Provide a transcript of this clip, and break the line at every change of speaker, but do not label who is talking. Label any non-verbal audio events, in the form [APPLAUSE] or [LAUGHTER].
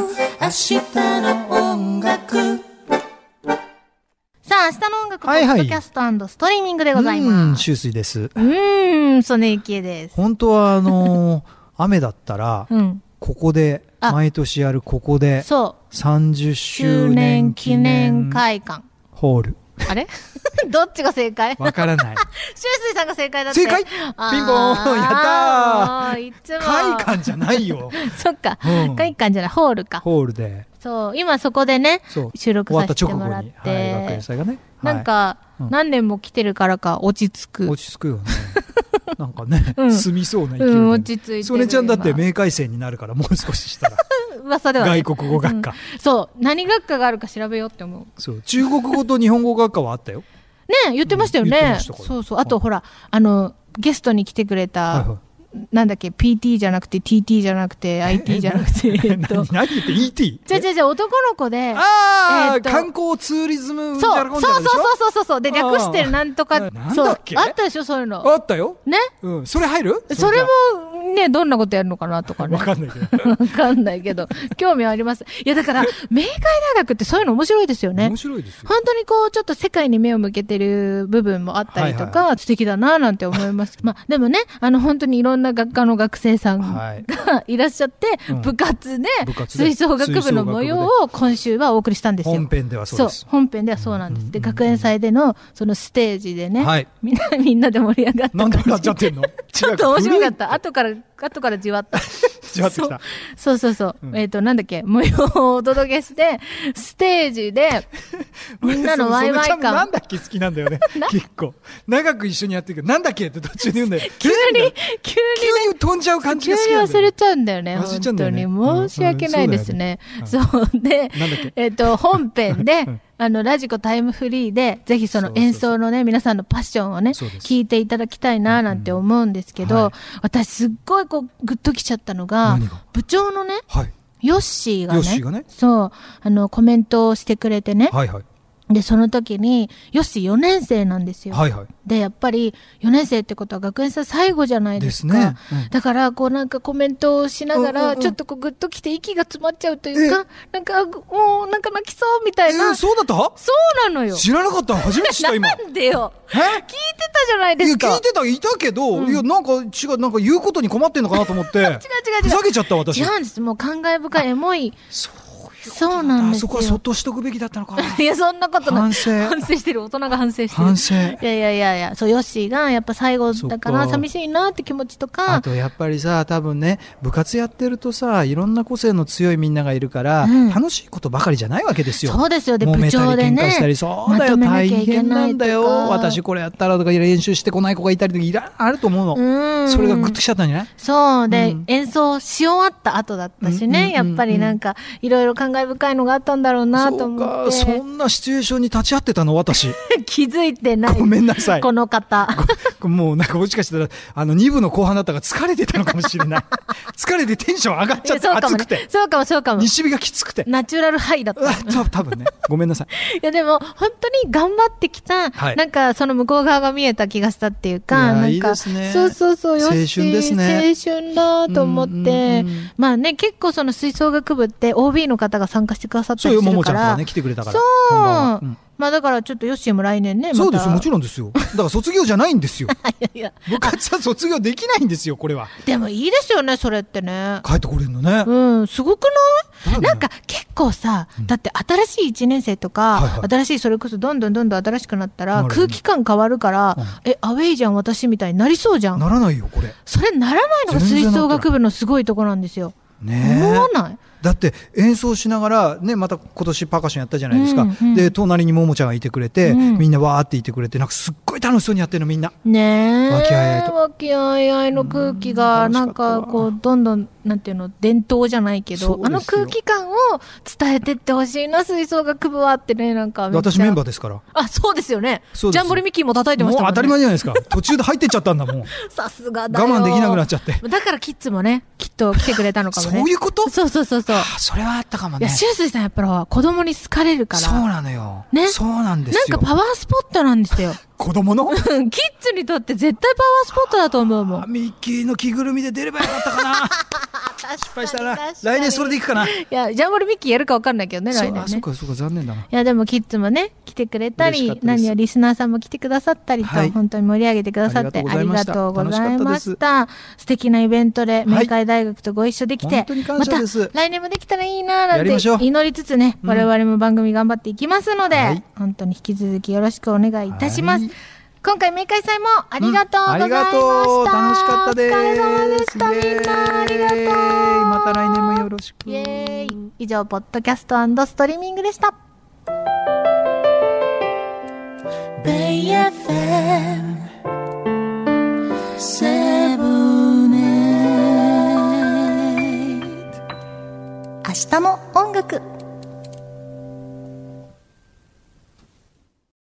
日の音楽
さあ、明日の音楽、ポ
はい
ッ
はい
ドキャストストリーミングでござい
うん、
ます。
秋水です。
うーん、ソネイキエです。
本当はあ
[LAUGHS]
のー雨だったら、
うん。
ここで、
あ
毎年やるここで、
そう。周
30周
年
年
記
記
念
念
会館。
ホール。
あれ [LAUGHS] どっちが正解シュウ
わか
[LAUGHS]
らない。
スイさんが正解だって。
正解ピン
あー
ポンやっ
あーいつも
たー。会館じゃないよ。
そっか。
うん
会館じゃない、ホールか。
ホールで、
そう、今そこでね、
そう、
収録
終わ
さ
った
せて
直
もら
後
っ
に、はい、学園
て。
祭がね、はい
なんか
うん、
何年も来てるからか落ち着く。
落ち着
[LAUGHS]
くよね。なんかね、
うん
住みそうな勢いで、
うん、落ち着いてる。
それちゃんだって
今
明海生になるから、もう少しし
[LAUGHS]
たら、
噂ではね
外国語学科。
そう。何学科があるか調べようって思う。
そう、中国語と日本語学科はあったよ。
ね言ってましたよ
うん言って
ね。
ましたから
そうそう。あと、ほら、あの、ゲストに来てくれ
はい
た、
は
なんだっけ、PT じゃなくて TT じゃなくて IT じゃなくて、えっ
い。
と、
何何言って ET?
じゃあじゃあじゃあ男の子で、え
ああ
ー、と
観光ツーリズムうんじ
そ
ゃ
うそ
らこ
うん
じゃ
そう
らでしょ
そうそうそう。で、略してるなんとか、
うんなん
そう。
だ
あっ
っけ
たでしょ、そういうの。
あったよ。
ね
うん、それ入る
それも、ね、どんなことやるのかなとかね
わ。かんないけど。
わかんないけど、興味はあります。いや、だ
[LAUGHS]
から、明海大学ってそういうの面白いですよね
面。白いですよ。
本当にこう、ちょっと世界に目を向けてる部分もあったりとか、
は
素敵だななんて思い
[LAUGHS]
ます。まあ、でもね、あの、本当にいろんな学科の学生さんが
はい。
いらっしゃって、
うん
部活で
部、活で
吹奏楽部の模様を今週はお送りしたんですよ。
本編ではそうです。
本編ではそうなんです。で、
うん
学園祭での、そのステージでね、
はい
みんな、みんなで盛り上がった。
なんで笑っちゃってんの
[LAUGHS] ちょっと面白かった。後から、後からじわった。
違う古いってきた。
そうそうそう。
うん
えっ、と、なんだっけ、模様をお届けして、ステージ
[LAUGHS]
で、みんなのワイワイ
そのそのちゃんなん
感。
だっけ好きなんだ
[LAUGHS]
よね。結構。長く一緒にやってるけど、なんだっけって途中で言うんだよ。
[LAUGHS]
急
急に、急に、
急に飛んじゃう感じ
急
が
に
好きなんだ
忘
よ
れ
ね。
ちゃうんだよね。
忘れちゃ
本
うんだ
当
よね
に。申し訳ないですね。そうで、
なんだっけ
えっ、と、本編で
うん、
あの、ラジコタイムフリーで、ぜひその
そうそうそう
演奏のね、皆さんのパッションをね、
そうです
聞いていただきたいな、なんて思うんですけど、
うんはい
私すっごいこう、グッときちゃったのが
何が、
部長のね、
はい。
ヨッシーがね、
ヨッシーがね
そう、あの、コメントをしてくれてね、
はいはい。
で、その時に、ヨッシー4年生なんですよ。
はいはい。
で、やっぱり4年生ってことは学園祭最後じゃないですか。
ですねうん
だから、こうなんかコメントをしながら、
うんうんうん
ちょっとこうグッときて息が詰まっちゃうというか、なんか、もうなんか泣きそうみた
え
いな。
ー、そうだった
そうなのよ。
知らなかった。初めて知った、今。
[LAUGHS] なんでよ。
え
聞いてたじゃないで
いや
すか。
聞いてたいたけど、いやなんか違うなんか言うことに困ってんのかなと思って違う
[LAUGHS]
違う
違う
ふざけちゃった私
違うんです。もう感慨深い、エモい。そうなん
あ
です
そ
よ。
こはそっとしとくべきだったのか
いや、そんなことない。
反省
[LAUGHS] 反省してる。大人が反省してる。
反省
いやいやいやいや、そう、ヨッシーがやっぱ最後だから
そっか
寂しいなって気持ちとか
あ、とやっぱりさ多分ね部活やってるとさいろんな個性の強いみんながいるから、
うん
楽しいことばかりじゃないわけですよ
そうですよ。で、
揉
部
めた
長
り
で
喧
ね
嘩したり、。そうだ
まと
よ、
めな
大
きゃいけ
変
な
ないん
とか
だよ私これやったらとか練習してこない子がいたりとかいらあると思うの、
うん
それがグッときちゃったんじゃない
そうで、
うん
演奏し終わった後だったしね、
うんうんうんうん
やっぱりなんか、いろいろ感慨深いのがあったんだろうなと
そう
思っ
か
て、
そ
[LAUGHS]
んなシチュエーションに立ち会ってたの私
気づいてない。
ごめんなさい
この方。
[LAUGHS] もうなんかもしかしたら、あの2部の後半だったから疲れてたのかもし
[LAUGHS]
れない。疲れてテンション上がっちゃっ
いやそう
た。
かも、
暑く
ね
て。。
そうかも、そうかも。
西日がきつくて。
ナチュラルハイだった。
[LAUGHS] うわ、そう多分ね。ごめんなさ
[LAUGHS]
い。
いやでも、本当に頑張ってきた、
はい
なんかその向こう側が見えた気がしたっていうか、
いや
なん
いい
か、
ですね
そうそうそう、よし
青春ですね
青春だと思って、
うんうんうん
まあね、結構その吹奏楽部って OB の方が参加してくださった
そう
り
よ、
す
も
る
も
か
ちゃんと
ら。
かね、来てくれたから。
そう
こんばんはうん
まあだからちょっとヨッシーも来年ね、また
そうですよ、もちろんですよ。だから卒業じゃないん
[LAUGHS]
ですよ。
いやいや、
部活は卒業できないんですよ、これは。
でもいいですよね、それってね。
帰ってこれんのね。
うん、すごく
だ
な
よ
い
ね
なんか結構さ、だって新しい1年生とか、
はいはい
新しいそれこそどんどんどんどん新しくなった
な
ら、
るよね
空気感変わるから、え、アウェイじゃん、私みたいになりそうじゃん。
ならないよ、これ。
それならないのが
全然
吹
なってない
奏楽部のすごいとこなんですよ。
ねえ
思わない
だって演奏しながら、ね、また今年パーカッションやったじゃないですか、
うんうん
で隣にももちゃんがいてくれて、
うん
みんなわーっていてくれてなんかすっごい楽しそうにやってるのみんな
ねえ。
和気あいあいと
和気あいあいの空気が、
うん
なんか
楽しかった
こう、どんどん、なんていうの、伝統じゃないけ
そ
ど
うで、すよ
あの空気感を伝えてってほしいな、吹奏楽部はってね、なんかめっちゃ。
私メンバー
ー
ですから
あ、そうですよね。ジ
そうです
ャンボリミッキーも叩いて
も
ま
う
したもん
当
ね。
たり前じゃないですか途中で入ってっちゃったんだもん
さすがだよ。
我慢できなくなっちゃって。
だからキッズもね、きっと来てくれたのかもね。
そういうこと
そうそうそうそう。
あそれはあったかも
いや、
ね
シュースイさんやっぱり子供に好かれるから。
そうなのよ、
ね
そうなんで
なん
す
か
よ
パワースポットなんです
[LAUGHS]
よ。
子供の
うんキッズにとって絶対パワースポットだと思うも
あ
ん。
ミッキーの着ぐるみで出ればよかったかな
当
失敗したな。来年それでい
い
くかな。
や、ジャンボルミッキーやるかわかんないけどね、
そ
来
う
年
あ、そ
ね
う。か、そうか、残念だな。
いや、でもキッズもね、来てくれた
嬉し
り、
かったです
何よりリスナーさんも来てくださったりと、
はい
本当に盛り上げてくださってあ
あ
り
り
が
が
と
と
う
う
ご
ご
ざ
ざ
い
い
ま
ま
し。
した
素敵なイベントで、明海大学とご一緒できて、
本当に感謝です
また来年もできたらいいななん
やりましょう
て祈りつつね、
うん
我々も番組頑張っていきますので、
はい
本当に引き続きよろしくお願いいたします。
はい
今回、明海祭もありがとうございました。
ありがとう楽しかったで
お
す
疲れ様でした、みんな。ありがとう
イエ。ーイまた来年もよろしく
イエーイ以上、ポッドキャストストリーミングでした。
Bay FM Seven Eight 明日も音楽